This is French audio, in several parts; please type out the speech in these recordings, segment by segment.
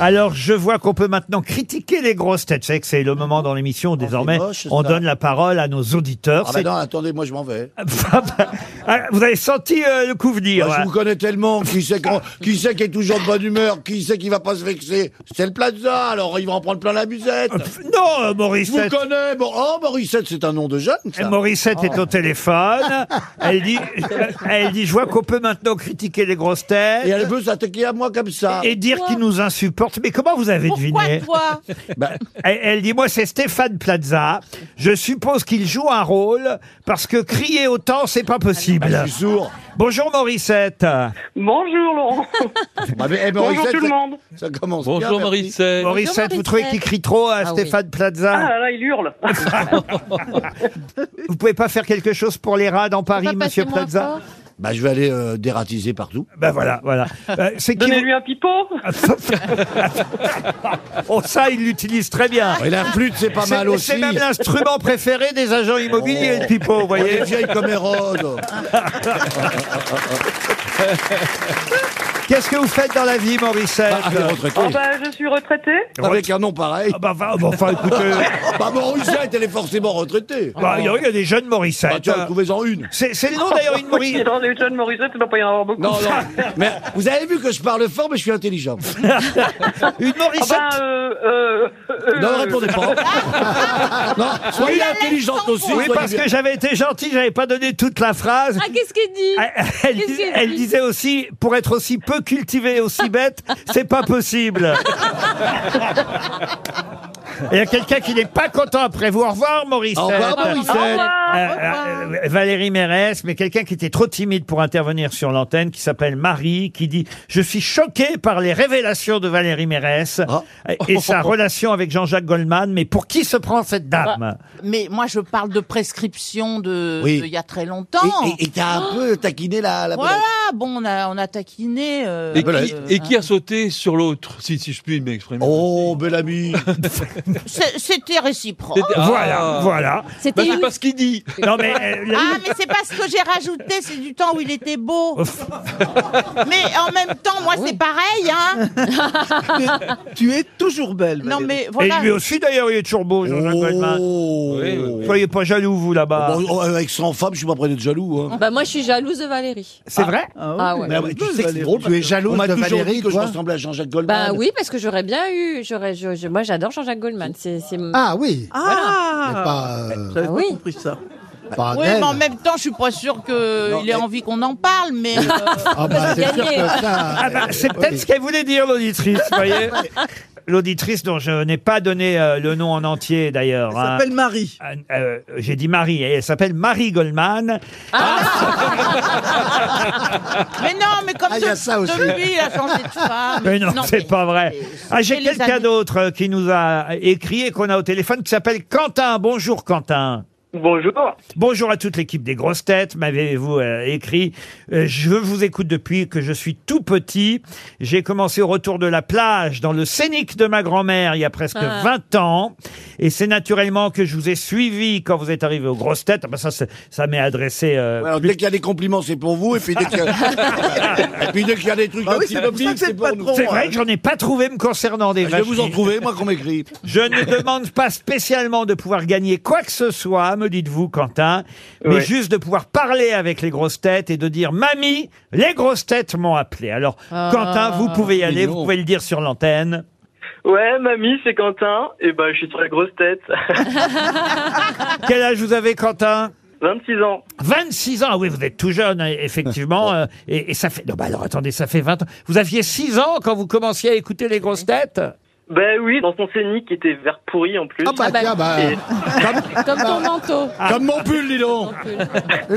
Alors, je vois qu'on peut maintenant critiquer les grosses têtes. C'est que c'est le moment dans l'émission où désormais moche, on ça. donne la parole à nos auditeurs. Ah bah C'est- non, attendez, moi je m'en vais. Ah, vous avez senti euh, le coup venir. Bah, hein. je vous connais tellement, qui sait, qu'on- qui sait qui est toujours de bonne humeur, qui sait qui va pas se vexer. C'est le plaza, alors il va en prendre plein la musette. Non, euh, Maurice. Je vous connais, bon, oh Morissette c'est un nom de jeune ça. Ah. Morissette est au téléphone. Elle dit, elle dit, je vois qu'on peut maintenant critiquer les grosses Et Ah. têtes elle veut s'attaquer à moi comme ça. et dire qu'ils nous insupportent. Mais comment vous avez Pourquoi deviné toi Bah, Elle, elle dit, moi, c'est Stéphane Plaza. Je suppose qu'il joue un rôle parce que crier autant, c'est pas possible. bah, Ah je suis sourd. Bonjour Morissette. Bonjour Laurent. Bah, mais, eh, Bonjour Morissette, tout le ça- monde. Ça commence bien, Bonjour merci. Morissette. Morissette, vous trouvez qu'il crie trop à Ah oui. Stéphane Plaza Ah là là, il hurle. Vous pouvez pas faire quelque chose pour les rats dans Paris, Pas passer Monsieur moins Plaza fort Bah, je vais aller euh, dératiser partout. Ben voilà, voilà. Euh, c'est qui Donnez-lui un pipeau. Ah, Oh ça, il l'utilise très bien. Et la flûte, Ah, c'est pas C'est- mal aussi. C'est même l'instrument préféré des agents immobiliers, le pipeau, vous On voyez. est vieille comme Hérode. Qu'est-ce que vous faites dans la vie, Morissette Ah, elle est retraitée. Ah bah, je suis retraitée. Avec un nom pareil. Ah, bah, bah, bah, enfin, écoutez, Bah, Morissette, elle est forcément retraitée. bah, il y a- il y a des jeunes Bah, Morissettes. hein. tiens, trouvez-en une. C'est c'est le nom d'ailleurs, une Oui, Morissette. dans les jeunes Morissette, il ne doit pas y en avoir beaucoup. Ah, Non, non. Mais vous avez vu que je parle fort, mais je suis intelligent. Une Ah Morissette. bah, euh, euh, euh, Non, euh, répondez pas. non, soyez intelligente aussi. Oui, soyez parce bien. que j'avais été gentil, j'avais pas donné toute la phrase. Ah, qu'est-ce qu'il dit Elle, elle Qu'est-ce dis- qu'elle elle dit disait aussi, pour être aussi peu cultivée, aussi bête, c'est pas possible. Il y a quelqu'un qui n'est pas content après vous. Au revoir, Maurice. Euh, Au revoir, Morissette. au Ah. revoir. Valérie Mérès, mais quelqu'un qui était trop timide pour intervenir sur l'antenne, qui s'appelle Marie, qui dit « Je suis choquée par les révélations de Valérie Mérès Ah. et sa relation avec Jean-Jacques Goldman, mais pour qui se prend cette Ah. dame Mais moi, je parle de prescription de Oui. de il y a très longtemps. Et- Et et t'as un peu taquiné la. la voilà, bon, on a, on a taquiné. euh, Et qui, euh, et qui a sauté sur l'autre, si, si je puis m'exprimer Oh, bel ami. c'est- C'était réciproque. C'était- Ah. Voilà, voilà. Bah, C'était c'est une... pas ce qu'il dit. Non mais euh, le- Ah, mais c'est pas ce que j'ai rajouté, c'est du temps où il était beau. mais en même temps, moi, c'est pareil, hein. Ah Tu es toujours belle. Non, mais Et voilà. lui aussi, d'ailleurs, il est toujours beau, Jean-Jacques Goldman. Oh. Oui, oui, oui. Soyez pas jaloux, vous, là-bas. Bon, oh, avec 100 femmes, je suis pas prêt d'être jaloux. hein. Bah moi je suis jalouse de Valérie. C'est vrai Ah ouais. Mais ouais, tu sais que c'est drôle. Tu es jalouse On m'a de toujours Valérie, dit que je toi ressemblais à Jean-Jacques Bah Goldman. oui parce que j'aurais bien eu, j'aurais, je- je- moi j'adore Jean-Jacques Goldman. C'est, c'est, Ah oui. Mais Ah, Ah. pas, euh, Ah oui. compris ça. Pas Oui, d'elle. mais en même temps, je suis pas sûre qu'il ait envie qu'on en parle, mais euh, Ah bah, c'est sûr Gagné. que Ah ça. bah, c'est peut-être ce qu'elle voulait dire, l'auditrice, vous voyez L'auditrice dont je n'ai pas donné euh, le nom en entier, d'ailleurs. Elle hein. s'appelle Marie. Euh, euh, J'ai dit Marie, et elle s'appelle Marie Goldman. mais non, mais comme Ah, il y a ça aussi. depuis, il a changé de femme. Mais non, c'est mais- pas vrai. Ah, J'ai c'est les quelqu'un années. d'autre euh, qui nous a écrit et qu'on a au téléphone qui s'appelle Quentin. Bonjour, Quentin. Bonjour. Bonjour à toute l'équipe des grosses têtes, m'avez-vous euh, écrit. Euh, je vous écoute depuis que je suis tout petit. J'ai commencé au retour de la plage dans le scénic de ma grand-mère il y a presque Ah. 20 ans. Et c'est naturellement que je vous ai suivi quand vous êtes arrivé aux grosses têtes. Ah ben ça, c'est- ça m'est adressé. euh, Ouais, alors, plus- dès qu'il y a des compliments, c'est pour vous. Et puis dès qu'il y a, et puis, dès qu'il y a des trucs Bah oui, petit c'est comme lobby, ça que c'est le pour nous. patron. C'est vrai que j'en ai pas trouvé me concernant des Ah, Je vais vous en vaches. trouver, moi, qu'on m'écrit. Je ne demande pas spécialement de pouvoir gagner quoi que ce soit, me dites-vous, Quentin, mais Ouais. juste de pouvoir parler avec les grosses têtes et de dire Mamie, les grosses têtes m'ont appelé. Alors, Quentin, vous pouvez y aller, vous pouvez le dire sur l'antenne. Ouais, mamie, c'est Quentin. Et bah, je suis sur la grosse tête. Quel âge vous avez, Quentin 26 ans. 26 ans, Ah oui, vous êtes tout jeune, hein, effectivement. euh, et, et ça fait. Non, bah alors attendez, ça fait 20 ans. Vous aviez 6 ans quand vous commenciez à écouter les grosses têtes Bah oui, dans son scénic qui était vert pourri en plus. Ah bah, bah, tiens, bah, Et- comme Ah. ton manteau. Comme mon pull, dis donc.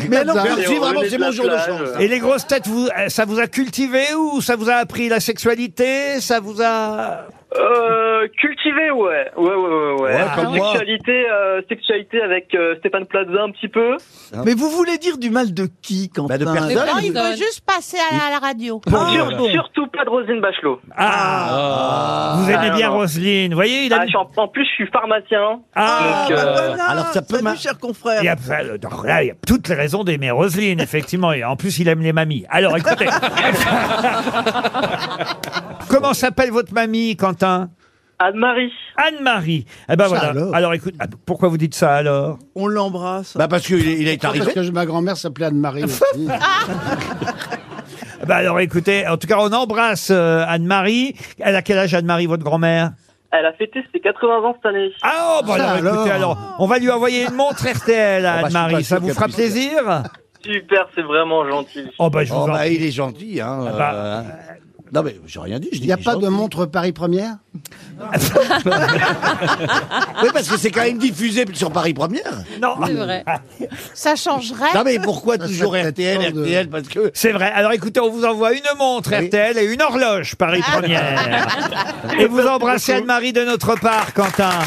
mais non, Merci, et on vraiment, revenait c'est de la mon jour de plage. chance. Et les grosses têtes, vous, euh, ça vous a cultivé ou ça vous a appris la sexualité Ça vous a. Euh, cultivé, ouais. Ouais, ouais, ouais, ouais. Ouais, comme moi. sexualité, euh, sexualité avec euh, Stéphane Plaza un petit peu. mais vous voulez dire du mal de qui, Bah, Quentin de personne. Mais Non, il Personne. veut juste passer à la, à la radio. Ah. Sur- voilà. Surtout pas de Rosine Bachelot. Ah, Vous aimez Ah, non, bien non. Roselyne, vous voyez, il a Ah, je mis- suis en, en plus, je suis pharmacien. Ah, Ah, bah, euh, voilà, alors ça peut salut, mar- cher il y confrère. a- euh, alors là, il y a toutes les raisons d'aimer Roselyne, effectivement. Et en plus, il aime les mamies. Alors, écoutez. Comment Comment s'appelle votre mamie, Quentin Anne-Marie. Anne-Marie. Eh ben voilà. Alors, alors écoute, ah, pourquoi vous dites ça alors On l'embrasse. Bah parce qu'il est, il est Parce arrivé. que je- ma grand-mère s'appelait Anne-Marie. aussi. Eh ben alors écoutez, en tout cas, on embrasse euh, Anne-Marie. Elle a quel âge Anne-Marie, votre grand-mère Elle a fêté ses 80 ans cette année. Ah oh, bah alors, Ça, alors. écoutez, alors, on va lui envoyer une montre RTL à Oh, bah, je suis pas Anne-Marie. sûr Ça vous qu'elle fera puisse. plaisir Super, c'est vraiment gentil. Oh bah je vous Oh, en- bah, il est gentil, hein. Ah bah. euh, Non, mais j'ai rien dit. Je dis Il n'y a il est pas de gentil. montre Paris Première Oui, parce que c'est quand même diffusé sur Paris Première. Non, C'est vrai. Ça changerait. Non, mais pourquoi Ah. Ça toujours serait RTL, peut-être temps de- RTL Parce que. C'est vrai. Alors écoutez, on vous envoie une montre Oui. RTL et une horloge Paris Première. et vous embrassez Anne-Marie de notre part, Quentin.